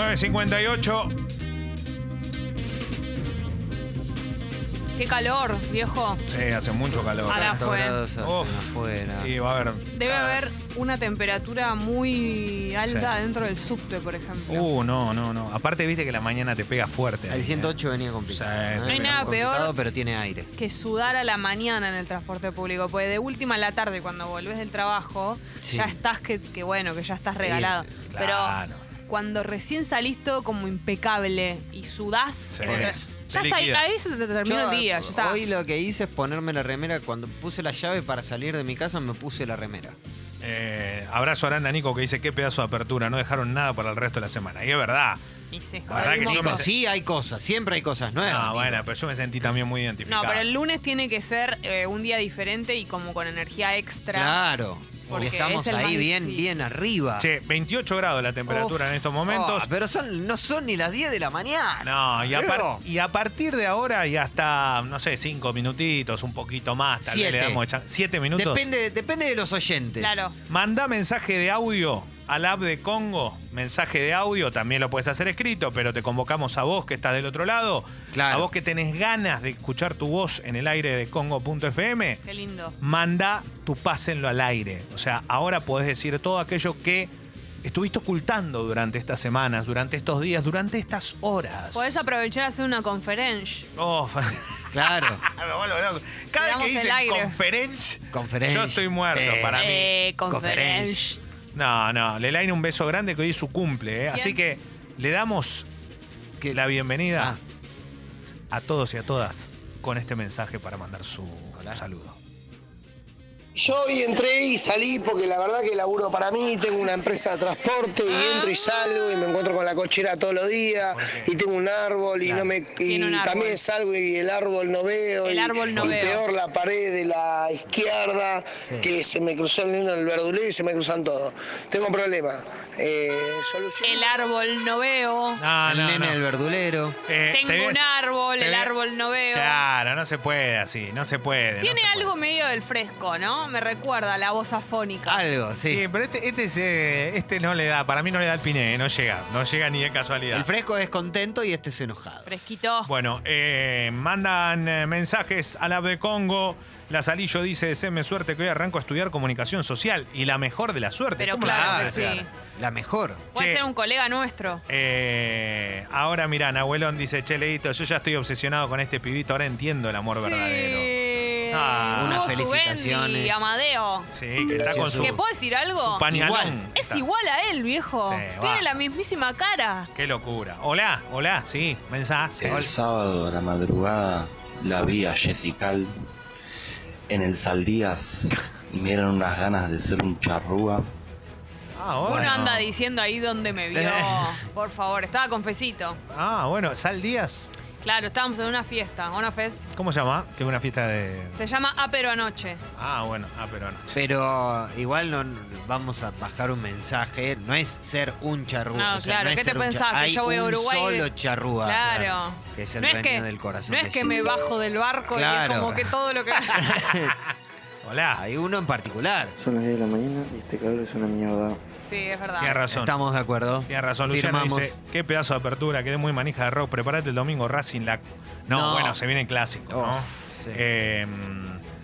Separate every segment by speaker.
Speaker 1: 9.58.
Speaker 2: Qué calor, viejo.
Speaker 1: Sí, hace mucho calor.
Speaker 2: A la
Speaker 3: Tantos
Speaker 2: fue.
Speaker 3: grados hacen
Speaker 1: Uf.
Speaker 3: afuera.
Speaker 1: Y va a haber.
Speaker 2: Debe haber una temperatura muy alta
Speaker 1: Sí.
Speaker 2: dentro del subte, por ejemplo.
Speaker 1: Uh, no, no, no. Aparte, viste que la mañana te pega fuerte. ahí,
Speaker 3: El
Speaker 1: ¿eh?
Speaker 3: 108 venía
Speaker 1: Sí,
Speaker 3: complicado.
Speaker 1: No hay
Speaker 3: Venía
Speaker 2: nada
Speaker 3: complicado,
Speaker 2: peor.
Speaker 3: Pero tiene aire.
Speaker 2: Que sudar a la mañana en el transporte público. Porque de última a la tarde, cuando volvés del trabajo,
Speaker 3: Sí.
Speaker 2: ya estás que, que bueno, que ya estás regalado.
Speaker 1: claro.
Speaker 2: Pero cuando recién salís todo como impecable y sudás.
Speaker 1: Sí.
Speaker 2: en el tra-
Speaker 1: Te
Speaker 2: Ya está ahí,
Speaker 1: liquida.
Speaker 2: ahí se te termina
Speaker 3: Yo,
Speaker 2: el día. Ya está.
Speaker 3: Hoy lo que hice es ponerme la remera. Cuando puse la llave para salir de mi casa, me puse la remera.
Speaker 1: Eh, abrazo a Aranda Nico que dice: Qué pedazo de apertura. No dejaron nada para el resto de la semana. Y es verdad.
Speaker 2: Y sí.
Speaker 1: La verdad
Speaker 2: Hay
Speaker 1: que
Speaker 2: un
Speaker 1: yo me
Speaker 3: Nico,
Speaker 2: montón.
Speaker 1: se-
Speaker 3: sí hay cosas, siempre hay cosas nuevas.
Speaker 1: Ah,
Speaker 3: Nico.
Speaker 1: bueno, pero yo me sentí también muy
Speaker 2: No,
Speaker 1: identificado.
Speaker 2: pero el lunes tiene que ser eh, un día diferente y como con energía extra.
Speaker 3: Claro.
Speaker 2: Porque
Speaker 3: Porque estamos
Speaker 2: es el más
Speaker 3: ahí bien,
Speaker 2: difícil.
Speaker 3: bien arriba.
Speaker 1: Che, 28 grados la temperatura
Speaker 2: Uf.
Speaker 1: en estos momentos.
Speaker 3: Oh, pero son, no son ni las 10 de la mañana.
Speaker 1: No, y a, par-
Speaker 3: Luego,
Speaker 1: y a partir de ahora y hasta, no sé, cinco minutitos, un poquito más, tal vez le
Speaker 3: Siete.
Speaker 1: damos chan- ¿Siete minutos?
Speaker 3: Depende, depende de los oyentes.
Speaker 2: Claro.
Speaker 1: Mandá mensaje de audio al app de Congo, mensaje de audio, también lo puedes hacer escrito, pero te convocamos a vos que estás del otro lado,
Speaker 3: Claro.
Speaker 1: a vos que tenés ganas de escuchar tu voz en el aire de Congo.fm,
Speaker 2: Qué lindo.
Speaker 1: manda tu pásenlo al aire. O sea, ahora podés decir todo aquello que estuviste ocultando durante estas semanas, durante estos días, durante estas horas.
Speaker 2: Podés aprovechar a hacer una conferencia.
Speaker 1: Oh,
Speaker 3: Claro.
Speaker 1: Me vuelvo loco. Cada vez
Speaker 2: Tiramos
Speaker 1: que
Speaker 2: el
Speaker 1: dicen
Speaker 2: aire.
Speaker 1: conference,
Speaker 3: Conferencia.
Speaker 1: yo estoy muerto
Speaker 3: Eh.
Speaker 1: para mí.
Speaker 2: Eh, conferencia.
Speaker 1: No, no, Lelaine un beso grande que hoy es su cumple, ¿eh? Así que le damos
Speaker 3: Que-
Speaker 1: la bienvenida
Speaker 3: Ah.
Speaker 1: a todos y a todas con este mensaje para mandar su
Speaker 3: Hola.
Speaker 1: saludo.
Speaker 4: Yo hoy entré y salí porque la verdad que laburo para mí, tengo una empresa de transporte y entro y salgo y me encuentro con la cochera todos los días
Speaker 1: Ok.
Speaker 4: y tengo un árbol y
Speaker 1: Claro.
Speaker 4: no me y
Speaker 2: Tiene un árbol.
Speaker 4: también salgo y el árbol no veo
Speaker 2: El
Speaker 4: y,
Speaker 2: árbol no
Speaker 4: y
Speaker 2: veo.
Speaker 4: peor la pared de la izquierda
Speaker 3: Sí.
Speaker 4: que se me cruzó el uno el verdulero y se me cruzan todos. Tengo un problema. Eh, solución.
Speaker 2: El árbol no veo.
Speaker 1: No,
Speaker 3: el
Speaker 1: Ah, no,
Speaker 3: nene
Speaker 1: no.
Speaker 3: del verdulero.
Speaker 1: Eh,
Speaker 2: Tengo
Speaker 1: te voy a
Speaker 2: un
Speaker 1: decir-
Speaker 2: árbol,
Speaker 1: te
Speaker 2: el
Speaker 1: voy a-
Speaker 2: árbol no veo.
Speaker 1: Claro, no se puede así, no se puede. no
Speaker 2: Tiene
Speaker 1: se puede.
Speaker 2: algo medio del fresco, ¿no? Me recuerda a la voz afónica.
Speaker 3: Algo, sí.
Speaker 1: Sí, pero este, este, es, eh, este no le da, para mí no le da el piné, eh, no llega, no llega ni de casualidad.
Speaker 3: El fresco es contento y este es enojado.
Speaker 2: Fresquito.
Speaker 1: Bueno, eh, mandan eh, mensajes a la de Congo. La Salillo dice, deséenme suerte que hoy arranco a estudiar comunicación social. Y la mejor de la suerte.
Speaker 2: Pero
Speaker 1: ¿Cómo la
Speaker 2: claro
Speaker 1: vas a
Speaker 2: que sí.
Speaker 1: desear?
Speaker 3: La mejor.
Speaker 2: Puede
Speaker 1: Che.
Speaker 2: ser un colega nuestro.
Speaker 1: Eh, ahora mirá, Abuelón dice, che, Leito, yo ya estoy obsesionado con este pibito. Ahora entiendo el amor verdadero.
Speaker 2: Sí.
Speaker 1: Ah.
Speaker 2: Tuvo
Speaker 3: Unas
Speaker 2: su
Speaker 3: felicitaciones.
Speaker 2: Bendy, Amadeo.
Speaker 1: Sí, que está con su,
Speaker 2: ¿Que puedo decir algo?
Speaker 1: su pañalón.
Speaker 3: Igual.
Speaker 2: Es
Speaker 1: Está.
Speaker 2: igual a él, viejo.
Speaker 1: Sí, va.
Speaker 2: Tiene la mismísima cara.
Speaker 1: Qué locura. Hola, hola, sí, mensaje.
Speaker 5: El sábado a la madrugada la vi a Jessical en el Saldías y me dieron unas ganas de ser un charrúa.
Speaker 1: Ah,
Speaker 2: Uno
Speaker 1: bueno.
Speaker 2: anda diciendo ahí donde me vio. Por favor, estaba confesito.
Speaker 1: Ah, bueno, Sal Díaz.
Speaker 2: Claro, estábamos en una fiesta, una fest.
Speaker 1: ¿Cómo se llama? Que es una fiesta de...
Speaker 2: Se llama Apero Anoche.
Speaker 1: Ah, bueno, ah, pero no.
Speaker 3: Pero igual no vamos a bajar un mensaje. No es ser un charrúa.
Speaker 2: No,
Speaker 3: o sea,
Speaker 2: claro,
Speaker 3: es
Speaker 2: ¿qué te
Speaker 3: ser un
Speaker 2: pensás?
Speaker 3: cha-
Speaker 2: Que
Speaker 3: hay
Speaker 2: yo voy a
Speaker 3: un
Speaker 2: Uruguay y-
Speaker 3: Solo charrúa.
Speaker 2: Claro.
Speaker 3: Que es el
Speaker 2: No
Speaker 3: dueño
Speaker 2: que-
Speaker 3: del corazón.
Speaker 2: No es
Speaker 3: de
Speaker 2: que
Speaker 3: sí.
Speaker 2: me bajo del barco y es
Speaker 3: Claro.
Speaker 2: como que todo lo que.
Speaker 1: Hola.
Speaker 3: Hay uno en particular.
Speaker 6: Son las 10 de la mañana y este calor es una mierda.
Speaker 2: sí, es verdad.
Speaker 1: Tiene razón.
Speaker 3: Estamos de acuerdo.
Speaker 1: Tiene razón, Luciano
Speaker 3: Firmamos.
Speaker 1: dice, qué pedazo de apertura, quedé muy manija de rock, prepárate el domingo Racing la... No,
Speaker 3: No.
Speaker 1: bueno, se viene el clásico, ¿no?
Speaker 3: Oh, sí.
Speaker 1: Eh,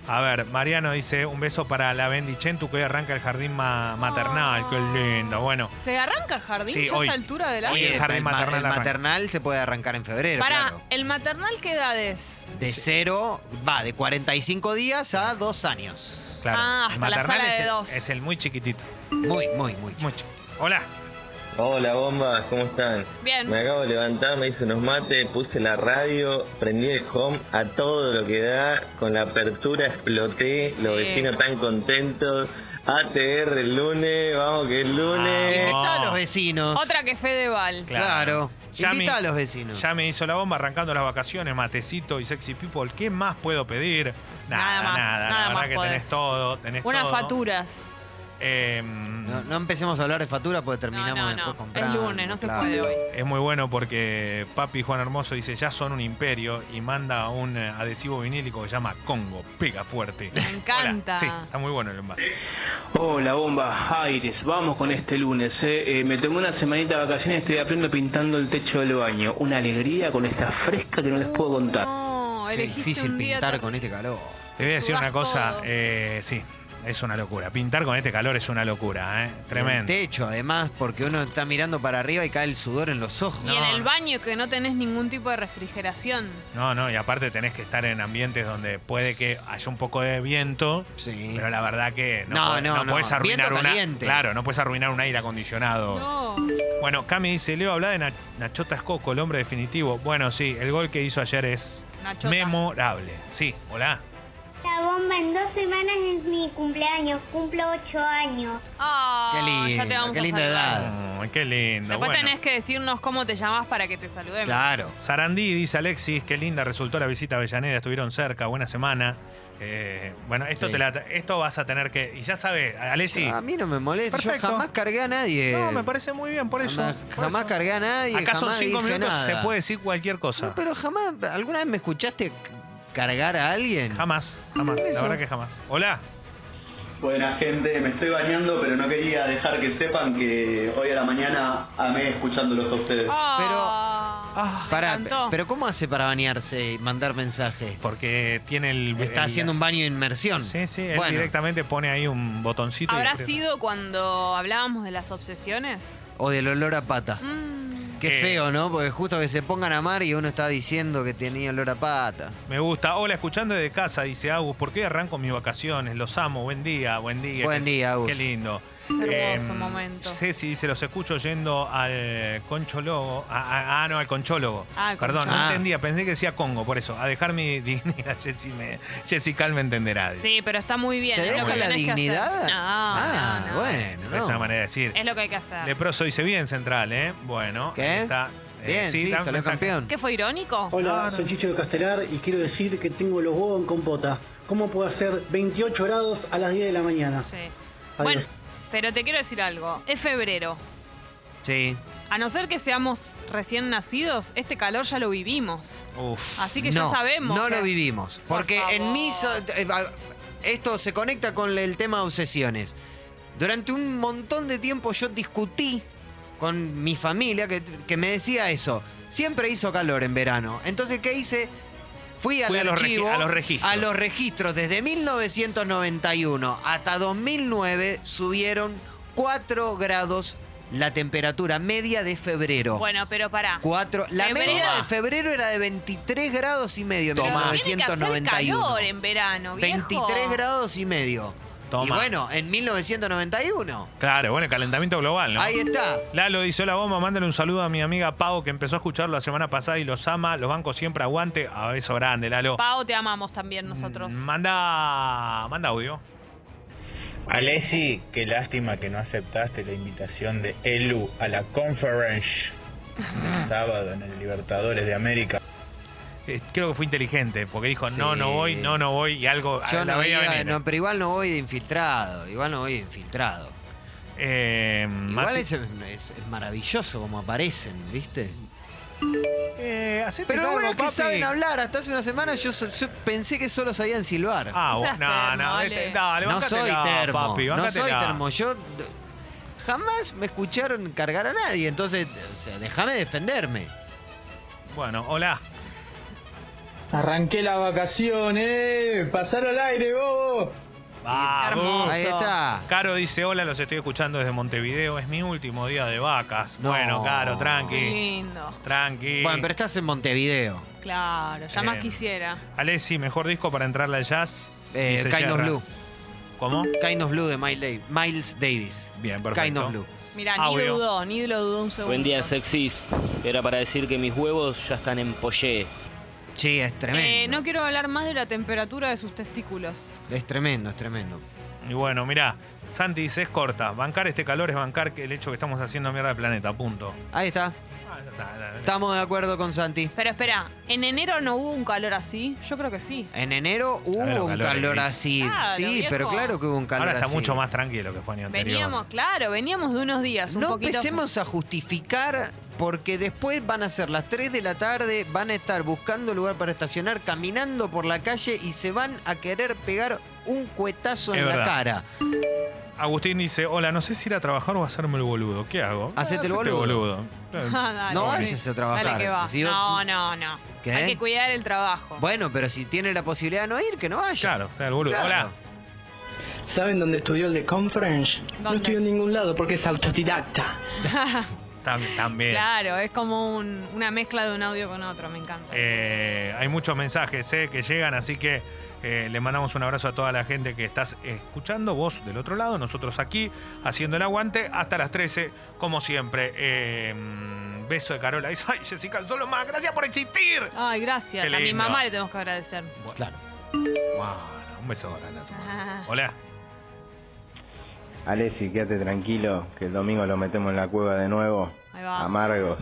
Speaker 1: a ver, Mariano dice, un beso para la Bendy Chentu que hoy arranca el jardín ma- maternal, qué lindo, bueno.
Speaker 2: ¿Se arranca jardín
Speaker 1: Sí,
Speaker 2: ya
Speaker 1: hoy.
Speaker 2: a esta altura del
Speaker 1: Hoy
Speaker 2: año?
Speaker 1: el
Speaker 3: Oye,
Speaker 1: jardín
Speaker 3: ma-
Speaker 1: maternal
Speaker 3: el
Speaker 1: arranca.
Speaker 3: maternal se puede arrancar en febrero,
Speaker 2: Para,
Speaker 3: claro.
Speaker 2: ¿el maternal qué edad es?
Speaker 3: De cero, va de 45 días a dos años.
Speaker 1: Claro,
Speaker 2: Ah,
Speaker 1: el
Speaker 2: hasta la
Speaker 1: maternal
Speaker 2: sala
Speaker 1: es
Speaker 2: de
Speaker 1: el-
Speaker 2: dos.
Speaker 1: Es el muy chiquitito,
Speaker 3: Muy, muy, muy.
Speaker 1: muy chiquito. Hola,
Speaker 7: Hola bombas, ¿cómo están?
Speaker 2: Bien.
Speaker 7: Me acabo de levantar, me hice unos mates, puse la radio, prendí el home a todo lo que da, con la apertura exploté,
Speaker 2: Sí.
Speaker 7: los vecinos tan contentos, ATR el lunes, vamos que es lunes.
Speaker 1: Vamos.
Speaker 3: Invita a los vecinos.
Speaker 2: Otra que Fedeval.
Speaker 3: Claro.
Speaker 1: Ya
Speaker 3: Invita
Speaker 1: me-
Speaker 3: a los vecinos.
Speaker 1: ya me hizo la bomba arrancando las vacaciones, matecito y sexy people, ¿qué más puedo pedir? Nada,
Speaker 2: Nada más,
Speaker 1: nada,
Speaker 2: nada
Speaker 1: la verdad
Speaker 2: más
Speaker 1: que
Speaker 2: podés.
Speaker 1: tenés todo, tenés
Speaker 2: Unas
Speaker 1: todo.
Speaker 2: faturas.
Speaker 1: Em,
Speaker 3: No, no empecemos a hablar de factura porque terminamos
Speaker 2: no,
Speaker 3: después
Speaker 2: no.
Speaker 3: comprando.
Speaker 2: Es lunes, no se
Speaker 3: claro.
Speaker 2: puede hoy.
Speaker 1: Es muy bueno porque Papi Juan Hermoso dice, ya son un imperio y manda un eh, adhesivo vinílico que se llama Congo, pega fuerte.
Speaker 2: Me encanta.
Speaker 1: Hola. Sí, está muy bueno el envase.
Speaker 8: Hola bomba, Aires, vamos con este lunes. eh. Eh, me tomé una semanita de vacaciones, estoy aprendo pintando el techo del baño. Una alegría con esta fresca que no les puedo contar.
Speaker 2: Uh, No,
Speaker 3: Qué
Speaker 2: elegiste
Speaker 3: difícil
Speaker 2: un día
Speaker 3: pintar
Speaker 2: tan-
Speaker 3: con este calor.
Speaker 1: Te voy a decir una
Speaker 2: Sudás
Speaker 1: cosa,
Speaker 2: todo.
Speaker 1: eh, sí, es una locura. Pintar con este calor es una locura, ¿eh?
Speaker 3: El
Speaker 1: Tremendo.
Speaker 3: techo, además, porque uno está mirando para arriba y cae el sudor en los ojos.
Speaker 2: Y en el baño que no tenés ningún tipo de refrigeración.
Speaker 1: No, no, y aparte tenés que estar en ambientes donde puede que haya un poco de viento,
Speaker 3: Sí.
Speaker 1: pero la verdad que no,
Speaker 3: No,
Speaker 1: podés-
Speaker 3: no, no.
Speaker 1: podés arruinar
Speaker 3: Viento
Speaker 1: una,
Speaker 3: caliente.
Speaker 1: claro, no puedes arruinar un aire
Speaker 3: Oh.
Speaker 1: acondicionado.
Speaker 2: No.
Speaker 1: Bueno, Cami dice, Leo, habla de Nach- Nachota Escoco, el hombre definitivo. Bueno, sí, el gol que hizo ayer es
Speaker 2: Nachota.
Speaker 1: memorable. Sí, hola.
Speaker 9: La bomba en dos semanas es mi cumpleaños, cumplo ocho años.
Speaker 2: Ah,
Speaker 3: Qué lindo,
Speaker 2: ya te vamos
Speaker 3: qué
Speaker 2: a
Speaker 3: linda
Speaker 2: saludar.
Speaker 3: edad.
Speaker 1: Ay, Mm, qué lindo.
Speaker 2: Después
Speaker 1: bueno.
Speaker 2: tenés que decirnos cómo te llamás para que te saludemos.
Speaker 3: Claro.
Speaker 1: Sarandí, dice Alexis, qué linda resultó la visita a Avellaneda, estuvieron cerca, buena semana. Eh, bueno, esto
Speaker 3: Sí.
Speaker 1: te la, esto vas a tener que. Y ya sabes, Alexis.
Speaker 3: A mí no me molesta.
Speaker 1: Perfecto.
Speaker 3: Yo jamás cargué a nadie.
Speaker 1: no, me parece muy bien, por eso.
Speaker 3: eh, Jamás,
Speaker 1: por
Speaker 3: jamás
Speaker 1: eso.
Speaker 3: cargué a nadie.
Speaker 1: Acá son
Speaker 3: jamás
Speaker 1: cinco
Speaker 3: dije
Speaker 1: minutos,
Speaker 3: nada.
Speaker 1: se puede decir cualquier cosa.
Speaker 3: No, pero jamás. ¿Alguna vez me escuchaste c- cargar a alguien?
Speaker 1: Jamás, jamás. La
Speaker 3: Eso.
Speaker 1: verdad que jamás. Hola.
Speaker 8: Buena gente, me estoy bañando, pero no quería dejar que sepan que hoy a la mañana amé escuchándolos a ustedes.
Speaker 2: Ah, me
Speaker 3: Pará,
Speaker 2: encantó.
Speaker 3: pe- pero ¿cómo hace para bañarse y mandar mensaje?
Speaker 1: Porque tiene el.
Speaker 3: Está
Speaker 1: el-
Speaker 3: haciendo un baño de inmersión.
Speaker 1: Sí, sí, él
Speaker 3: Bueno,
Speaker 1: directamente pone ahí un botoncito. y
Speaker 2: ¿Habrá
Speaker 1: aprieta.
Speaker 2: sido cuando hablábamos de las obsesiones?
Speaker 3: O del olor a pata.
Speaker 2: Mm.
Speaker 3: Qué
Speaker 1: Eh.
Speaker 3: feo, ¿no? Porque justo que se pongan a amar y uno está diciendo que tenía olor a pata.
Speaker 1: Me gusta. Hola, escuchando desde casa, dice Agus, ¿por qué arranco mis vacaciones? Los amo, buen día, buen día.
Speaker 3: Buen
Speaker 1: Qué-
Speaker 3: día, Agus.
Speaker 1: Qué lindo.
Speaker 2: Hermoso
Speaker 1: Em,
Speaker 2: momento.
Speaker 1: Ceci dice, los escucho yendo al conchólogo. Ah, ah, ah, no, al conchólogo.
Speaker 2: Ah, al
Speaker 1: Perdón, no
Speaker 3: conchólogo.
Speaker 1: entendía, pensé que decía Congo, por eso. A dejar mi dignidad, Jessy, me, Jessy Cal me entenderá. dice.
Speaker 2: Sí, pero está muy bien.
Speaker 3: ¿Se
Speaker 2: es lo
Speaker 3: deja
Speaker 2: que
Speaker 3: la
Speaker 2: tenés que
Speaker 3: dignidad?
Speaker 2: hacer. No,
Speaker 3: ah,
Speaker 2: no, no.
Speaker 3: bueno.
Speaker 1: Esa es la
Speaker 3: no.
Speaker 1: manera de decir.
Speaker 2: Es lo que hay que hacer.
Speaker 1: Leproso dice bien central, ¿eh? Bueno,
Speaker 3: ¿Qué?
Speaker 1: ahí está. Eh,
Speaker 3: Bien, sí,
Speaker 1: dan
Speaker 3: salió
Speaker 1: mensaje.
Speaker 3: campeón.
Speaker 2: ¿Qué fue irónico?
Speaker 8: Hola, soy Chicho de Castelar y quiero decir que tengo los huevos en compota. ¿Cómo puedo hacer 28 grados a las 10 de la mañana?
Speaker 2: Sí. Bueno, pero te quiero decir algo. Es febrero.
Speaker 3: Sí.
Speaker 2: A no ser que seamos recién nacidos, este calor ya lo vivimos.
Speaker 1: Uf.
Speaker 2: Así que
Speaker 3: no,
Speaker 2: ya sabemos.
Speaker 3: No
Speaker 2: que-
Speaker 3: lo vivimos. Porque
Speaker 2: Por
Speaker 3: en
Speaker 2: favor.
Speaker 3: mis. eh, ah, Esto se conecta con el tema de obsesiones. Durante un montón de tiempo yo discutí con mi familia que, que me decía eso. Siempre hizo calor en verano. Entonces, ¿qué hice? Fui al
Speaker 1: Fui a los regi-
Speaker 3: archivo,
Speaker 1: a los registros.
Speaker 3: a los registros. Desde 1991 hasta 2009 subieron 4 grados la temperatura media de febrero.
Speaker 2: Bueno, pero pará.
Speaker 3: Cuatro. La
Speaker 2: Febrero.
Speaker 3: media de febrero era de 23 grados y medio en
Speaker 2: Pero
Speaker 1: Tomá.
Speaker 2: Tiene que hacer
Speaker 3: 1991.
Speaker 2: calor en verano, viejo.
Speaker 3: 23 grados y medio. Y
Speaker 1: Toma.
Speaker 3: bueno, en 1991.
Speaker 1: Claro, bueno, calentamiento global, ¿no?
Speaker 3: Ahí está.
Speaker 1: Lalo dice, hola bomba, mándale un saludo a mi amiga Pau que empezó a escucharlo la semana pasada y los ama, los bancos siempre aguante. A beso grande, Lalo. Mm,
Speaker 2: Pau, te amamos también nosotros.
Speaker 3: Mm,
Speaker 1: Manda, manda audio.
Speaker 10: Alessi, qué lástima que no aceptaste la invitación de Elu a la conference el sábado en el Libertadores de América.
Speaker 1: Eh, Creo que fue inteligente, porque dijo,
Speaker 3: Sí.
Speaker 1: no, no voy, no, no voy, y algo
Speaker 3: Yo
Speaker 1: la
Speaker 3: no,
Speaker 1: veía
Speaker 3: iba-
Speaker 1: venir.
Speaker 3: no, pero igual no voy de infiltrado. Igual no voy de infiltrado.
Speaker 1: Eh,
Speaker 3: Igual
Speaker 1: Mati-
Speaker 3: es, es- es maravilloso como aparecen, ¿viste?
Speaker 1: Eh, hacete
Speaker 3: Pero lo
Speaker 1: cargo,
Speaker 3: bueno es que
Speaker 1: papi.
Speaker 3: saben hablar. Hasta hace una semana yo, so- yo pensé que solo sabían silbar.
Speaker 1: Ah,
Speaker 2: No seas
Speaker 1: bueno, no, no,
Speaker 2: termo, Ale.
Speaker 1: vete- dale,
Speaker 3: no
Speaker 1: bancátela,
Speaker 3: soy termo.
Speaker 1: papi,
Speaker 3: no soy
Speaker 1: bancátela.
Speaker 3: termo. Yo d- jamás me escucharon cargar a nadie. Entonces, o sea, déjame defenderme.
Speaker 1: Bueno, hola.
Speaker 8: Arranqué las
Speaker 11: eh.
Speaker 8: vacaciones, pasaron al aire, bobo.
Speaker 1: Vamos.
Speaker 3: Ahí está.
Speaker 1: Caro dice, hola, los estoy escuchando desde Montevideo, es mi último día de vacas.
Speaker 3: No.
Speaker 1: Bueno, Caro,
Speaker 2: Qué
Speaker 1: tranqui.
Speaker 2: lindo.
Speaker 1: Tranqui.
Speaker 3: Bueno, pero estás en Montevideo.
Speaker 2: Claro, ya más
Speaker 1: Eh,
Speaker 2: quisiera.
Speaker 1: Alessi, mejor disco para entrarle al jazz.
Speaker 3: Eh,
Speaker 1: dice
Speaker 3: Kind of
Speaker 1: Yerra.
Speaker 3: Blue.
Speaker 1: ¿Cómo?
Speaker 3: Kind of Blue de Miles Dav- Miles Davis.
Speaker 1: Bien, perfecto.
Speaker 3: Kind of Blue.
Speaker 2: Mirá, ni
Speaker 1: audio.
Speaker 2: dudó, ni lo dudó un segundo.
Speaker 8: Buen día, sexys. Era para decir que mis huevos ya están en pollé.
Speaker 3: Sí, es
Speaker 2: Eh,
Speaker 3: tremendo.
Speaker 2: no quiero hablar más de la temperatura de sus testículos.
Speaker 3: Es tremendo, es tremendo.
Speaker 1: Y bueno, mirá, Santi dice, es corta. Bancar este calor es bancar que el hecho que estamos haciendo mierda al planeta, punto.
Speaker 3: Ahí Ah, está. Estamos de acuerdo con Santi.
Speaker 2: Pero espera, ¿en enero no hubo un calor así? Yo creo que sí.
Speaker 3: En enero hubo
Speaker 1: Claro,
Speaker 3: un
Speaker 1: calor,
Speaker 3: calor
Speaker 1: Luis.
Speaker 3: así.
Speaker 2: Claro,
Speaker 3: sí,
Speaker 2: viejo.
Speaker 3: pero claro que hubo un calor
Speaker 1: Ahora está
Speaker 3: así.
Speaker 1: mucho más tranquilo que fue año anterior.
Speaker 2: Veníamos, claro, veníamos de unos días un
Speaker 3: no
Speaker 2: poquito.
Speaker 3: empecemos a justificar porque después van a ser las 3 de la tarde, van a estar buscando lugar para estacionar, caminando por la calle y se van a querer pegar un cuetazo
Speaker 1: Es
Speaker 3: en la
Speaker 1: verdad.
Speaker 3: cara.
Speaker 1: Agustín dice, hola, no sé si ir a trabajar o hacerme el boludo. ¿Qué hago?
Speaker 3: Hacete el boludo.
Speaker 2: Ah, dale.
Speaker 3: No vayas a trabajar.
Speaker 2: Dale que va.
Speaker 3: Si vos-
Speaker 2: No, no, no.
Speaker 3: ¿Qué?
Speaker 2: Hay que cuidar el trabajo.
Speaker 3: Bueno, pero si tiene la posibilidad de no ir, que no vaya.
Speaker 1: Claro, o sea, el boludo.
Speaker 3: Claro.
Speaker 1: Hola.
Speaker 11: ¿Saben dónde estudió el de Conference? No
Speaker 2: ¿Dónde?
Speaker 11: estudió en ningún lado porque es autodidacta.
Speaker 1: Tam- también.
Speaker 2: Claro, es como un- una mezcla de un audio con otro, me encanta.
Speaker 1: Eh, hay muchos mensajes eh, que llegan, así que eh, le mandamos un abrazo a toda la gente que estás escuchando, vos del otro lado, nosotros aquí, haciendo el aguante, hasta las 13, como siempre. Eh, mm, beso de Carola. Dice, Ay, Jessica, son los más, gracias por existir.
Speaker 2: Ay, gracias.
Speaker 1: Qué
Speaker 2: A mi
Speaker 1: lindo.
Speaker 2: mamá le tenemos que agradecer.
Speaker 3: Claro.
Speaker 1: Bueno, un beso grande a tu madre.
Speaker 2: Ah.
Speaker 1: Hola.
Speaker 7: Alessi, quédate tranquilo, que el domingo lo metemos en la cueva de nuevo.
Speaker 2: Ahí va.
Speaker 7: Amargos.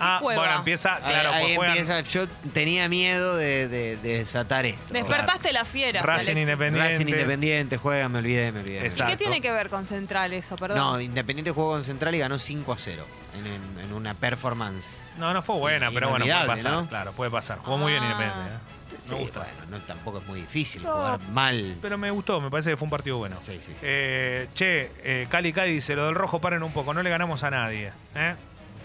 Speaker 1: Ah,
Speaker 2: Cueva.
Speaker 1: bueno, empieza, claro,
Speaker 3: ahí
Speaker 1: pues
Speaker 3: ahí
Speaker 1: juegan
Speaker 3: empieza. Yo tenía miedo de, de- de desatar esto.
Speaker 2: Despertaste la fiera.
Speaker 1: Racing
Speaker 2: Alexis.
Speaker 1: Independiente.
Speaker 3: Racing Independiente juega, me olvidé, me olvidé. me
Speaker 1: Exacto.
Speaker 2: ¿Qué tiene que ver con Central eso,
Speaker 3: olvidé. No,
Speaker 2: perdón?
Speaker 3: Independiente jugó con Central y ganó 5 a 0 en, en- en una performance.
Speaker 1: No, no fue buena,
Speaker 3: In-
Speaker 1: pero bueno, puede
Speaker 3: inolvidable,
Speaker 1: pasar.
Speaker 3: ¿no?
Speaker 1: Claro, puede pasar. Jugó muy bien
Speaker 2: Ah.
Speaker 1: Independiente. ¿eh?
Speaker 3: Sí,
Speaker 1: Me gusta.
Speaker 3: Bueno, no, tampoco es muy difícil
Speaker 1: No.
Speaker 3: jugar mal.
Speaker 1: Pero me gustó, me parece que fue un partido bueno.
Speaker 3: Sí, sí, sí.
Speaker 1: Eh, che, eh, Cali Cali dice, lo del rojo paren un poco, no le ganamos a nadie. ¿eh?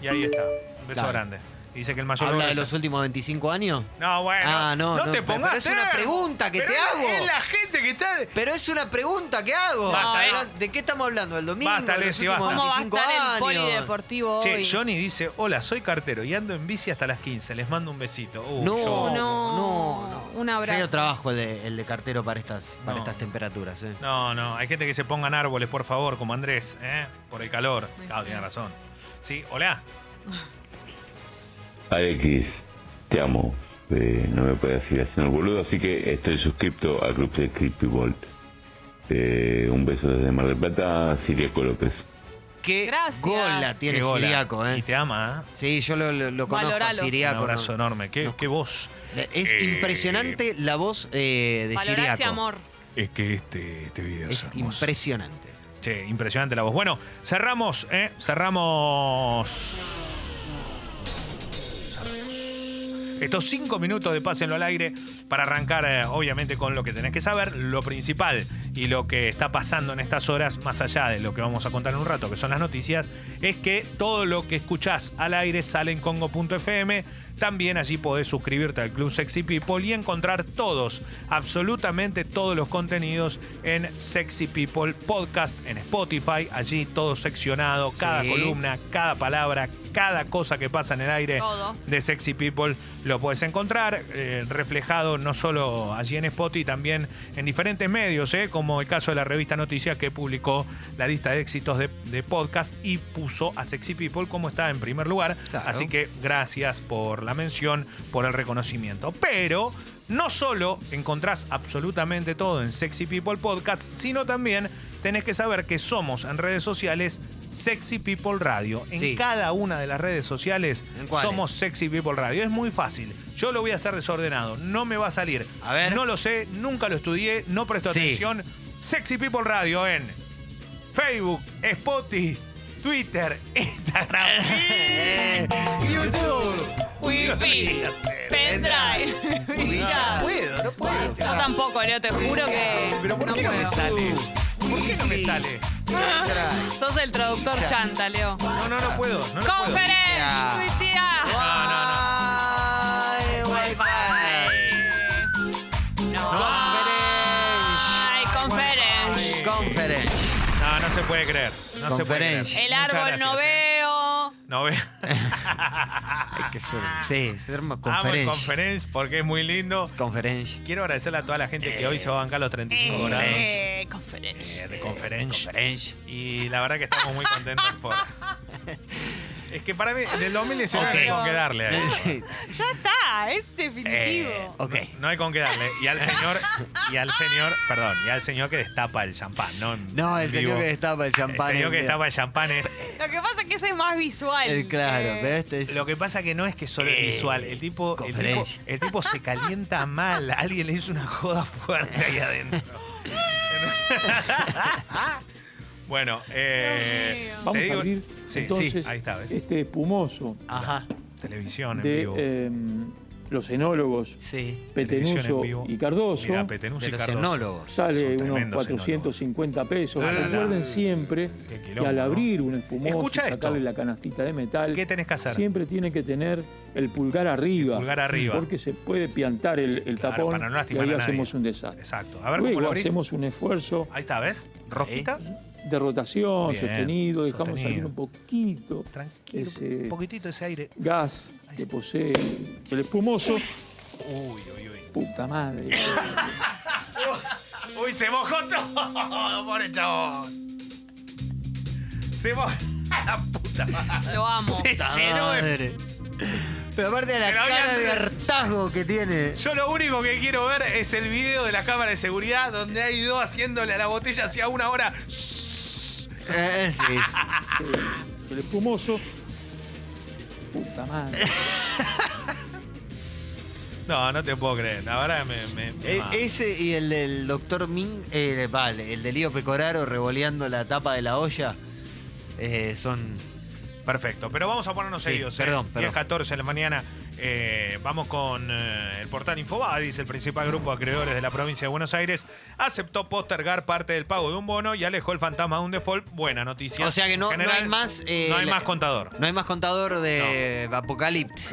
Speaker 1: Y ahí está, un beso
Speaker 3: Claro.
Speaker 1: grande. Dice que el mayor
Speaker 3: ¿Habla
Speaker 1: logro
Speaker 3: de
Speaker 1: es-
Speaker 3: los últimos 25 años?
Speaker 1: No, bueno.
Speaker 3: Ah, no, no,
Speaker 1: te
Speaker 3: pero-
Speaker 1: pongas
Speaker 3: pero es una
Speaker 1: terco.
Speaker 3: pregunta que
Speaker 1: Pero
Speaker 3: te
Speaker 1: es-
Speaker 3: hago.
Speaker 1: Es la gente que está...
Speaker 3: Pero es una pregunta que hago.
Speaker 1: Basta,
Speaker 3: ¿De-
Speaker 1: basta.
Speaker 3: ¿De qué estamos hablando? ¿El domingo?
Speaker 1: Basta,
Speaker 3: de los
Speaker 1: Alessi,
Speaker 3: últimos
Speaker 1: basta.
Speaker 2: ¿Cómo va a
Speaker 3: 25
Speaker 2: estar el
Speaker 3: años?
Speaker 2: polideportivo
Speaker 1: Che,
Speaker 2: hoy?
Speaker 1: Johnny dice, hola, soy cartero y ando en bici hasta las 15, les mando un besito. Uh,
Speaker 3: No,
Speaker 1: yo-
Speaker 2: no,
Speaker 3: no, no.
Speaker 2: un abrazo.
Speaker 3: Feo trabajo el de, el de cartero para estas,
Speaker 1: No.
Speaker 3: para estas temperaturas. eh.
Speaker 1: No, no, hay gente que se pongan árboles, por favor, como Andrés, ¿eh? por el calor.
Speaker 2: Ay,
Speaker 1: Claro,
Speaker 2: sí.
Speaker 1: tiene razón. Sí, hola.
Speaker 12: Alexis, te amo. Eh, no me puedes decir haciendo el boludo, así que estoy suscripto al club de Creepy Bolt. Eh, un beso desde Mar del Plata, Siriaco López.
Speaker 3: Qué
Speaker 2: Gracias.
Speaker 3: gol la tiene
Speaker 1: Qué gola.
Speaker 3: Siriaco,
Speaker 1: Y
Speaker 3: ¿eh?
Speaker 1: te ama. ¿eh?
Speaker 3: Sí, yo lo, lo- lo conozco a
Speaker 2: Valoralo.
Speaker 1: Un
Speaker 3: Siriaco.
Speaker 1: abrazo
Speaker 3: ¿no?
Speaker 1: enorme. Qué,
Speaker 3: No.
Speaker 1: qué voz.
Speaker 3: Es
Speaker 1: Eh,
Speaker 3: impresionante la voz eh, de
Speaker 2: Valorá ese
Speaker 3: Siriaco.
Speaker 2: amor.
Speaker 1: Es que este, este video es,
Speaker 3: Es
Speaker 1: hermoso.
Speaker 3: impresionante.
Speaker 1: Che, impresionante la voz. Bueno, cerramos, ¿eh? Cerramos. Cerramos. Estos cinco minutos de Pásenlo al aire para arrancar, eh, obviamente, con lo que tenés que saber, lo principal y lo que está pasando en estas horas, más allá de lo que vamos a contar en un rato, que son las noticias, es que todo lo que escuchás al aire sale en congo.fm. También allí podés suscribirte al Club Sexy People y encontrar todos, absolutamente todos los contenidos en Sexy People Podcast, en Spotify, allí todo seccionado, cada
Speaker 3: Sí.
Speaker 1: columna, cada palabra, cada cosa que pasa en el aire
Speaker 2: Todo.
Speaker 1: de Sexy People lo puedes encontrar eh, reflejado no solo allí en Spotify, también en diferentes medios, eh, como el caso de la revista Noticias que publicó la lista de éxitos de, de podcast y puso a Sexy People como está en primer lugar.
Speaker 3: Claro.
Speaker 1: Así que gracias por la mención, por el reconocimiento. Pero no solo encontrás absolutamente todo en Sexy People Podcast, sino también tenés que saber que somos en redes sociales Sexy People Radio. En
Speaker 3: Sí.
Speaker 1: cada una de las redes sociales
Speaker 3: ¿En cuáles?
Speaker 1: somos Sexy People Radio. Es muy fácil. Yo lo voy a hacer desordenado. No me va a salir.
Speaker 3: A ver.
Speaker 1: No lo sé, nunca lo estudié, no presto
Speaker 3: Sí.
Speaker 1: atención. Sexy People Radio en Facebook, Spotify, Twitter, Instagram.
Speaker 3: Eh, YouTube.
Speaker 2: Wifi. Pendrive.
Speaker 3: Ya.
Speaker 2: Brilla.
Speaker 3: puedo, no puedo.
Speaker 2: Yo tampoco, Leo, te juro que.
Speaker 1: Pero ¿por
Speaker 2: no
Speaker 1: qué no,
Speaker 2: puedo.
Speaker 1: me sale? ¿Por qué no me sale?
Speaker 3: Pendrive.
Speaker 2: Sos el traductor chanta, Leo.
Speaker 1: No, no, no puedo. No, no puedo.
Speaker 2: Conference.
Speaker 3: Ya.
Speaker 2: Tuitea.
Speaker 3: Ay, Wi-Fi.
Speaker 2: No. Ay,
Speaker 3: Conference.
Speaker 2: conference.
Speaker 3: Conference.
Speaker 1: No, no se puede creer. No se puede creer.
Speaker 3: Conferencia.
Speaker 2: El
Speaker 1: Muchas
Speaker 2: árbol no
Speaker 1: gracias, eh.
Speaker 2: veo.
Speaker 1: No veo.
Speaker 3: Sí, es hermoso.
Speaker 1: Amo el
Speaker 3: Conference.
Speaker 1: conference porque es muy lindo.
Speaker 3: Conference.
Speaker 1: Quiero agradecerle a toda la gente que hoy se va a bancar los 35 grados eh,
Speaker 2: Eh, conference.
Speaker 1: de conferencia.
Speaker 3: Conference.
Speaker 1: Y la verdad que estamos muy contentos por. Es que para mí, del 2019
Speaker 3: Ok.
Speaker 1: tengo que darle a eso.
Speaker 2: Ya está. está, es definitivo.
Speaker 1: Eh, no, no hay con qué darle. Y al señor, y al señor, perdón, y al señor que destapa el champán, ¿no?
Speaker 3: No, el
Speaker 1: Digo,
Speaker 3: señor que destapa el
Speaker 1: El
Speaker 3: champán.
Speaker 1: señor que
Speaker 3: es-
Speaker 1: destapa el champán es.
Speaker 2: Lo que pasa es que ese es más visual.
Speaker 3: El claro,
Speaker 2: Eh,
Speaker 3: pero este es-
Speaker 1: Lo que pasa que no es que solo es visual, el tipo, el tipo,
Speaker 3: eh, conferencia.
Speaker 1: el tipo se calienta mal, alguien le hizo una joda fuerte ahí adentro. bueno, eh, te
Speaker 13: Vamos
Speaker 1: digo-
Speaker 13: a abrir
Speaker 1: sí,
Speaker 13: entonces
Speaker 1: sí, ahí está, ¿ves?
Speaker 13: este espumoso
Speaker 3: Ajá.
Speaker 1: televisión en
Speaker 13: de
Speaker 1: vivo.
Speaker 13: eh, los enólogos
Speaker 1: Televisión en
Speaker 13: Petenuso
Speaker 1: vivo.
Speaker 13: y Cardoso.
Speaker 1: Mirá, Petenuso De y los Cardoso. enólogos. Son
Speaker 13: Sale unos
Speaker 1: tremendos
Speaker 13: 450 pesos.
Speaker 1: Ah,
Speaker 13: Recuerden siempre que
Speaker 1: quilombo,
Speaker 13: al
Speaker 1: ¿no?
Speaker 13: abrir un espumoso
Speaker 1: Escucha
Speaker 13: y
Speaker 1: esto.
Speaker 13: sacarle la canastita de metal,
Speaker 1: ¿Qué tenés que hacer?
Speaker 13: siempre tiene que tener el pulgar arriba.
Speaker 1: pulgar arriba.
Speaker 13: Porque se puede piantar el, el
Speaker 1: Claro,
Speaker 13: tapón
Speaker 1: para no
Speaker 13: y
Speaker 1: lastimar
Speaker 13: ahí
Speaker 1: a nadie.
Speaker 13: hacemos un desastre.
Speaker 1: Exacto. A ver
Speaker 13: Luego
Speaker 1: cómo lo abrís.
Speaker 13: hacemos un esfuerzo
Speaker 1: Ahí está, ¿ves? ¿Rosquita?
Speaker 13: de rotación,
Speaker 1: Bien,
Speaker 13: sostenido, dejamos
Speaker 1: sostenido.
Speaker 13: salir un poquito ese
Speaker 1: Un poquitito ese aire.
Speaker 13: gas que posee
Speaker 6: Eh,
Speaker 13: el espumoso.
Speaker 1: Uy,
Speaker 13: uy, uy. Puta madre.
Speaker 1: Uy, se mojó todo, pobre chabón. Se mojó. La puta madre.
Speaker 2: Lo amo.
Speaker 1: Se
Speaker 3: Puta
Speaker 1: llenó de-
Speaker 3: madre. Pero aparte de la
Speaker 1: Pero había-
Speaker 3: cara de hartazgo que tiene.
Speaker 1: Yo lo único que quiero ver es el video de la cámara de seguridad donde hay dos haciéndole a la botella hacía una hora.
Speaker 3: eh,
Speaker 13: El espumoso. Puta madre.
Speaker 1: No, no te puedo creer. La verdad me. me- me
Speaker 3: E-
Speaker 1: mata.
Speaker 3: ese y el del doctor Ming, eh, vale, el de Lío Pecoraro revoleando la tapa de la olla, eh, son...
Speaker 1: Perfecto, pero vamos a ponernos
Speaker 3: Sí,
Speaker 1: serios.
Speaker 3: perdón,
Speaker 1: eh.
Speaker 3: perdón.
Speaker 1: 10.14 de la mañana. eh, vamos con eh, el portal Infobadis, el principal grupo de acreedores de la provincia de Buenos Aires. Aceptó postergar parte del pago de un bono y alejó el fantasma de un default. Buena noticia.
Speaker 3: O sea que no, no
Speaker 1: General,
Speaker 3: hay más... eh,
Speaker 1: no hay
Speaker 3: la-
Speaker 1: más contador.
Speaker 3: No hay más contador de Apocalipsis.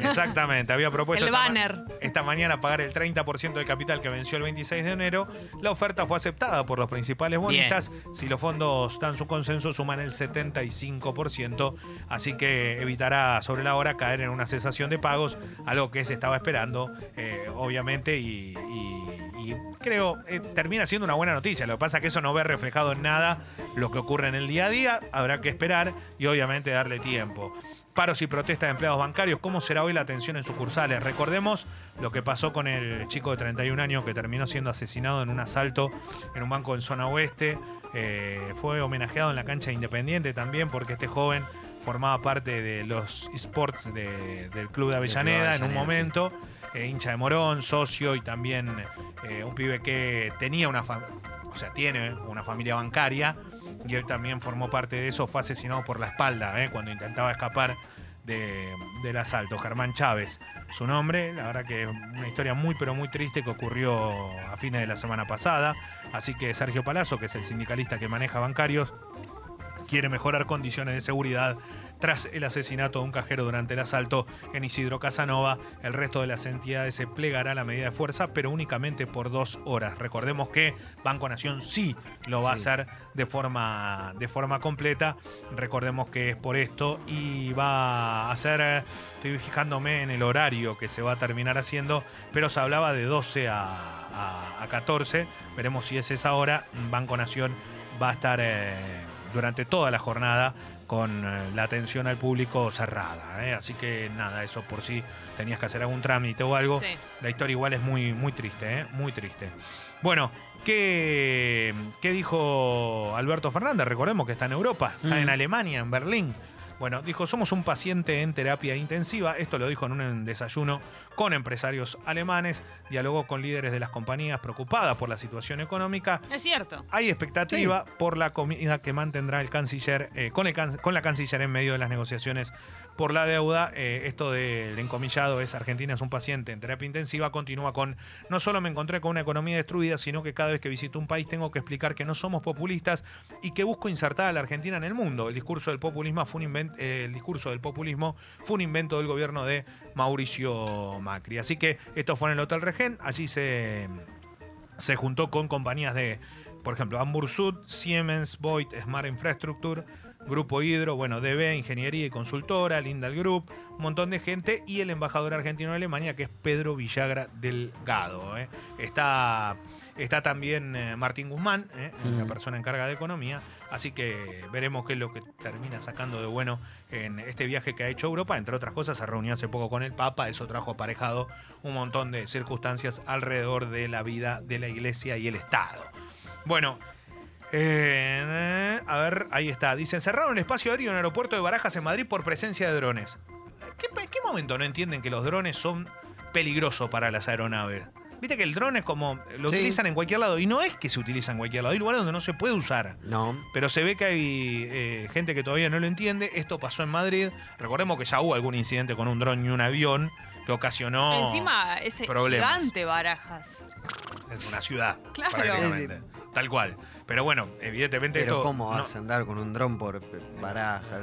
Speaker 1: Exactamente, había propuesto
Speaker 2: El
Speaker 1: esta ma-
Speaker 2: banner.
Speaker 1: esta mañana pagar el 30% del capital que venció el 26 de enero. La oferta fue aceptada por los principales bonistas. Si los fondos dan su consenso, suman el 75%, así que evitará sobre la hora caer en una cesación de pagos, algo que se estaba esperando, eh, obviamente, y, y- y creo eh, termina siendo una buena noticia. Lo que pasa es que eso no ve reflejado en nada lo que ocurre en el día a día. Habrá que esperar y obviamente darle tiempo. Paros y protestas de empleados bancarios. ¿Cómo será hoy la atención en sucursales? Recordemos lo que pasó con el chico de 31 años que terminó siendo asesinado en un asalto en un banco en zona oeste. Eh, fue homenajeado en la cancha de Independiente también porque este joven formaba parte de los esports de- del Club de Avellaneda en un
Speaker 3: Avellaneda, sí.
Speaker 1: momento momento, eh, hincha de Morón, socio y también eh, un pibe que tenía una fa- o sea, tiene una familia bancaria y él también formó parte de eso, fue asesinado por la espalda eh, cuando intentaba escapar de- del asalto. Germán Chávez, su nombre, la verdad que una historia muy pero muy triste que ocurrió a fines de la semana pasada, así que Sergio Palazzo, que es el sindicalista que maneja bancarios, quiere mejorar condiciones de seguridad tras el asesinato de un cajero durante el asalto en Isidro Casanova. El resto de las entidades se plegará a la medida de fuerza, pero únicamente por dos horas. Recordemos que Banco Nación sí lo va
Speaker 3: Sí.
Speaker 1: a hacer de forma, de forma completa. Recordemos que es por esto y va a hacer, eh, estoy fijándome en el horario que se va a terminar haciendo, pero se hablaba de 12 a, a- a 14. Veremos si es esa hora. Banco Nación va a estar... eh, durante toda la jornada con eh, la atención al público cerrada. ¿eh? Así que nada, eso por si tenías que hacer algún trámite o algo.
Speaker 2: Sí.
Speaker 1: La historia igual es muy, muy triste, ¿eh? muy triste. Bueno, ¿qué, qué dijo Alberto Fernández? Recordemos que está en Europa, está en Alemania, en Berlín. Bueno, dijo, somos un paciente en terapia intensiva. Esto lo dijo en un desayuno con empresarios alemanes. Dialogó con líderes de las compañías preocupadas por la situación económica.
Speaker 2: Es cierto.
Speaker 1: Hay expectativa por la comida que mantendrá el canciller eh, con, el can- con la canciller en medio de las negociaciones por la deuda. Eh, esto del encomillado es Argentina es un paciente en terapia intensiva. Continúa con no solo me encontré con una economía destruida, sino que cada vez que visito un país tengo que explicar que no somos populistas y que busco insertar a la Argentina en el mundo. El discurso del populismo fue un invento, el discurso del populismo fue un invento del gobierno de Mauricio Macri. Así que esto fue en el Hotel Regent. Allí se se juntó con compañías de, por ejemplo, Ambursud, Siemens, Voigt, Smart Infrastructure, Grupo Hidro, bueno, DB, Ingeniería y Consultora, Lindal Group, un montón de gente y el embajador argentino en Alemania, que es Pedro Villagra Delgado. ¿eh? Está, está también eh, Martín Guzmán, ¿eh? la persona encargada de economía, así que veremos qué es lo que termina sacando de bueno en este viaje que ha hecho Europa. Entre otras cosas, se reunió hace poco con el Papa, eso trajo aparejado un montón de circunstancias alrededor de la vida de la Iglesia y el Estado. Bueno, eh, a ver, ahí está. Dicen, cerraron el espacio aéreo en el aeropuerto de Barajas en Madrid por presencia de drones. ¿Qué, pa- qué momento no entienden que los drones son peligrosos para las aeronaves? Viste que el dron es como, lo
Speaker 3: Sí.
Speaker 1: utilizan en cualquier lado y no es que se utiliza en cualquier lado, hay lugares donde no se puede usar.
Speaker 3: No.
Speaker 1: Pero se ve que hay eh, gente que todavía no lo entiende. Esto pasó en Madrid. Recordemos que ya hubo algún incidente con un dron y un avión que ocasionó...
Speaker 2: Encima, ese
Speaker 1: problemas.
Speaker 2: gigante barajas.
Speaker 1: Es una ciudad.
Speaker 2: Claro.
Speaker 1: prácticamente. Tal cual. Pero bueno, evidentemente
Speaker 3: Pero
Speaker 1: esto
Speaker 3: ¿cómo
Speaker 1: no-
Speaker 3: vas a andar con un dron por baraja?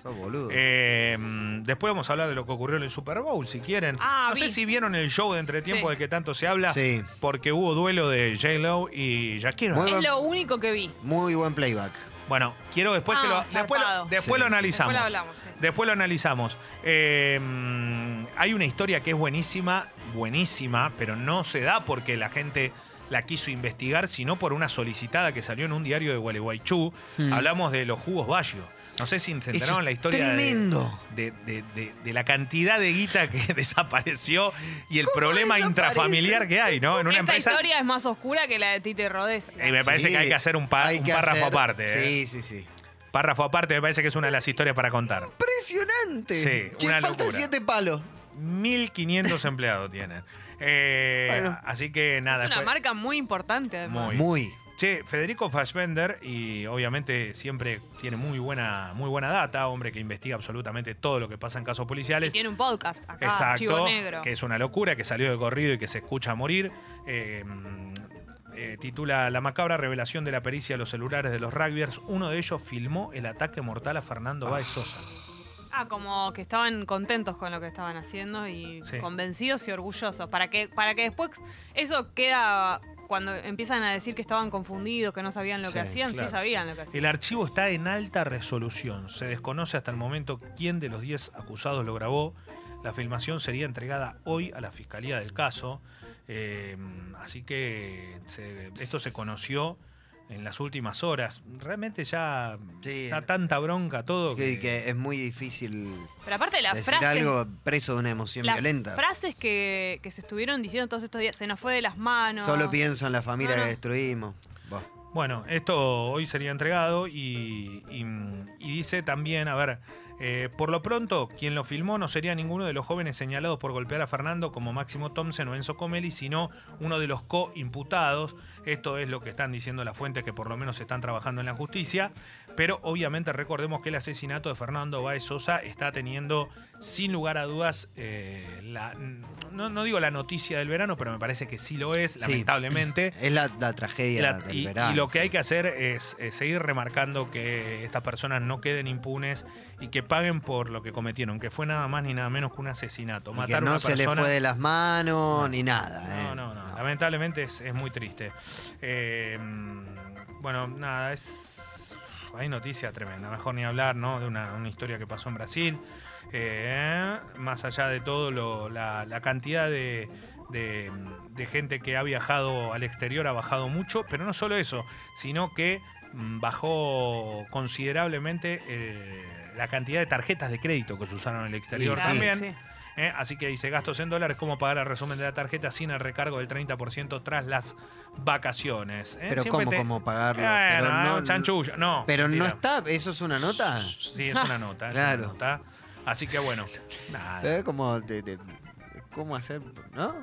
Speaker 3: Sos boludo.
Speaker 1: Eh, mm, después vamos a hablar de lo que ocurrió en el Super Bowl, si quieren.
Speaker 2: Ah,
Speaker 1: no sé
Speaker 2: vi.
Speaker 1: si vieron el show de entretiempo
Speaker 2: Sí.
Speaker 1: del que tanto se habla,
Speaker 3: Sí.
Speaker 1: porque hubo duelo de J. Lo y Shakira.
Speaker 3: Muy
Speaker 2: Es lo único que vi.
Speaker 3: Muy buen playback.
Speaker 1: Bueno, quiero después que
Speaker 2: Ah,
Speaker 1: lo, después lo,
Speaker 2: zarpado.
Speaker 1: después lo
Speaker 3: Sí.
Speaker 1: analizamos.
Speaker 2: Después lo hablamos, sí.
Speaker 1: Después lo analizamos. Eh, mm, hay una historia que es buenísima, buenísima, pero no se da porque la gente la quiso investigar, sino por una solicitada que salió en un diario de Gualeguaychú.
Speaker 3: Hmm.
Speaker 1: Hablamos de los jugos Bayo. No sé si se
Speaker 3: Eso
Speaker 1: enteraron
Speaker 3: es
Speaker 1: la historia de-
Speaker 3: tremendo.
Speaker 1: De, de- de- de la cantidad de guita que desapareció y el problema intrafamiliar que hay, ¿no? En una
Speaker 2: Esta
Speaker 1: empresa.
Speaker 2: historia es más oscura que la de Tite Rodesi.
Speaker 1: Y me parece
Speaker 3: Sí,
Speaker 1: que hay que hacer un, pa-
Speaker 3: hay
Speaker 1: un
Speaker 3: que
Speaker 1: párrafo
Speaker 3: hacer-
Speaker 1: aparte. ¿eh?
Speaker 3: Sí, sí, sí.
Speaker 1: Párrafo aparte, me parece que es una de las historias para contar.
Speaker 3: Impresionante.
Speaker 1: Sí,
Speaker 3: Che,
Speaker 1: una
Speaker 3: faltan
Speaker 1: locura.
Speaker 3: siete palos.
Speaker 1: 1500 empleados tienen. Eh,
Speaker 3: Bueno.
Speaker 1: Así que nada.
Speaker 2: es una
Speaker 1: fue-
Speaker 2: marca muy importante, además.
Speaker 1: Muy.
Speaker 3: Muy.
Speaker 1: Che, Federico Fassbender, y obviamente siempre tiene muy buena, muy buena data, hombre que investiga absolutamente todo lo que pasa en casos
Speaker 2: Y
Speaker 1: policiales.
Speaker 2: tiene un podcast acá, Chivo
Speaker 1: Exacto,
Speaker 2: Negro.
Speaker 1: que es una locura, que salió de corrido y que se escucha a morir. Eh, mm, eh, titula La macabra revelación de la pericia de los celulares de los rugbyers. Uno de ellos filmó el ataque mortal a Fernando Báez Sosa.
Speaker 2: Ah, como que estaban contentos con lo que estaban haciendo y
Speaker 1: Sí.
Speaker 2: convencidos y orgullosos. Para que, para que después eso queda cuando empiezan a decir que estaban confundidos, que no sabían lo que
Speaker 1: Sí,
Speaker 2: hacían,
Speaker 1: claro.
Speaker 2: sí sabían lo que
Speaker 1: El
Speaker 2: hacían.
Speaker 1: archivo está en alta resolución. Se desconoce hasta el momento quién de los 10 acusados lo grabó. La filmación sería entregada hoy a la fiscalía del caso. Eh, así que se- esto se conoció en las últimas horas. Realmente ya
Speaker 3: Sí.
Speaker 1: da tanta bronca todo
Speaker 3: Que,
Speaker 1: que,
Speaker 3: que es muy difícil
Speaker 2: Pero aparte las
Speaker 3: decir
Speaker 2: frases,
Speaker 3: algo preso de una emoción
Speaker 2: las
Speaker 3: violenta.
Speaker 2: frases que, que se estuvieron diciendo todos estos días, se nos fue de las manos.
Speaker 3: Solo pienso en la familia
Speaker 2: No, no.
Speaker 3: que destruimos. Buah.
Speaker 1: Bueno, esto hoy sería entregado y, y- y dice también, a ver, eh, por lo pronto, quien lo filmó no sería ninguno de los jóvenes señalados por golpear a Fernando como Máximo Thompson o Enzo Comelli, sino uno de los co-imputados. Esto es lo que están diciendo las fuentes que por lo menos están trabajando en la justicia. Pero obviamente recordemos que el asesinato de Fernando Baez Sosa está teniendo, sin lugar a dudas, eh, la- no, no digo la noticia del verano, pero me parece que sí lo es,
Speaker 3: Sí.
Speaker 1: lamentablemente.
Speaker 3: Es la, la tragedia
Speaker 1: La-
Speaker 3: del
Speaker 1: y,
Speaker 3: verano.
Speaker 1: y lo que hay que hacer es, eh, seguir remarcando que estas personas no queden impunes y que paguen por lo que cometieron, que fue nada más ni nada menos que un asesinato.
Speaker 3: Y
Speaker 1: Matar
Speaker 3: que
Speaker 1: a
Speaker 3: no
Speaker 1: una
Speaker 3: se le
Speaker 1: persona.
Speaker 3: fue de las manos ni nada.
Speaker 1: No,
Speaker 3: eh.
Speaker 1: no, no. Lamentablemente es, es muy triste. Eh, mm, bueno, nada, es. Hay noticia tremenda. Mejor ni hablar, ¿no? De una, una historia que pasó en Brasil. Eh, más allá de todo, lo- la, la cantidad de. de- de gente que ha viajado al exterior ha bajado mucho, pero no solo eso, sino que mm, bajó considerablemente eh, la cantidad de tarjetas de crédito que se usaron en el exterior
Speaker 3: sí.
Speaker 1: también.
Speaker 2: Sí.
Speaker 1: ¿eh? Así que dice gastos en dólares, cómo pagar el resumen de la tarjeta sin el recargo del 30% tras las vacaciones. ¿eh?
Speaker 3: Pero
Speaker 1: Siempre
Speaker 3: ¿cómo,
Speaker 1: te-
Speaker 3: cómo pagarlo?
Speaker 1: Bueno,
Speaker 3: Pero
Speaker 1: ah,
Speaker 3: no-
Speaker 1: un chanchullo. No,
Speaker 3: Pero no
Speaker 1: mentira.
Speaker 3: está, ¿eso es una nota?
Speaker 1: Sí, es una nota. es una
Speaker 3: Claro.
Speaker 1: nota. Así que bueno, nada.
Speaker 3: ¿Eh? Como de- de- ¿Cómo hacer? ¿No?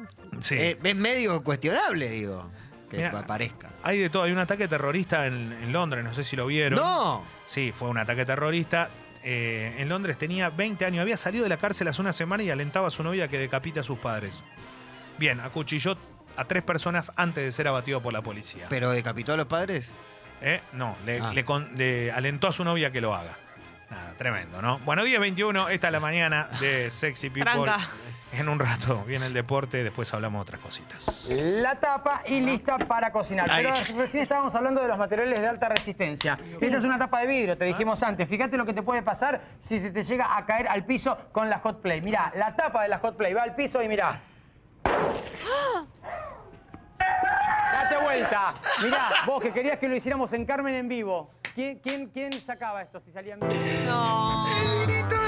Speaker 1: Sí.
Speaker 3: Eh, es medio cuestionable, digo, que
Speaker 1: Mirá.
Speaker 3: aparezca.
Speaker 1: Hay de todo. Hay un ataque terrorista en, en Londres, no sé si lo vieron.
Speaker 3: ¡No!
Speaker 1: Sí, fue un ataque terrorista. Eh, en Londres tenía 20 años, había salido de la cárcel hace una semana y alentaba a su novia que decapita a sus padres. Bien, acuchilló a tres personas antes de ser abatido por la policía.
Speaker 3: ¿Pero decapitó a los padres?
Speaker 1: ¿Eh? No, le,
Speaker 3: Ah.
Speaker 1: le con- le alentó a su novia que lo haga. Nada, tremendo, ¿no? Bueno, 10.21, esta es la mañana de Sexy People.
Speaker 2: Tranca.
Speaker 1: En un rato viene el deporte, después hablamos de otras cositas.
Speaker 13: La tapa y lista para cocinar.
Speaker 1: Ahí.
Speaker 13: Pero recién estábamos hablando de los materiales de alta resistencia. Esta es una tapa de vidrio, te dijimos antes. Fíjate lo que te puede pasar si se te llega a caer al piso con la hot play. Mirá, la tapa de la hot play va al piso y mirá. Date vuelta. Mirá, vos que querías que lo hiciéramos en Carmen en vivo. ¿Quién, quién, quién sacaba esto si salía en vivo?
Speaker 2: No.
Speaker 13: El grito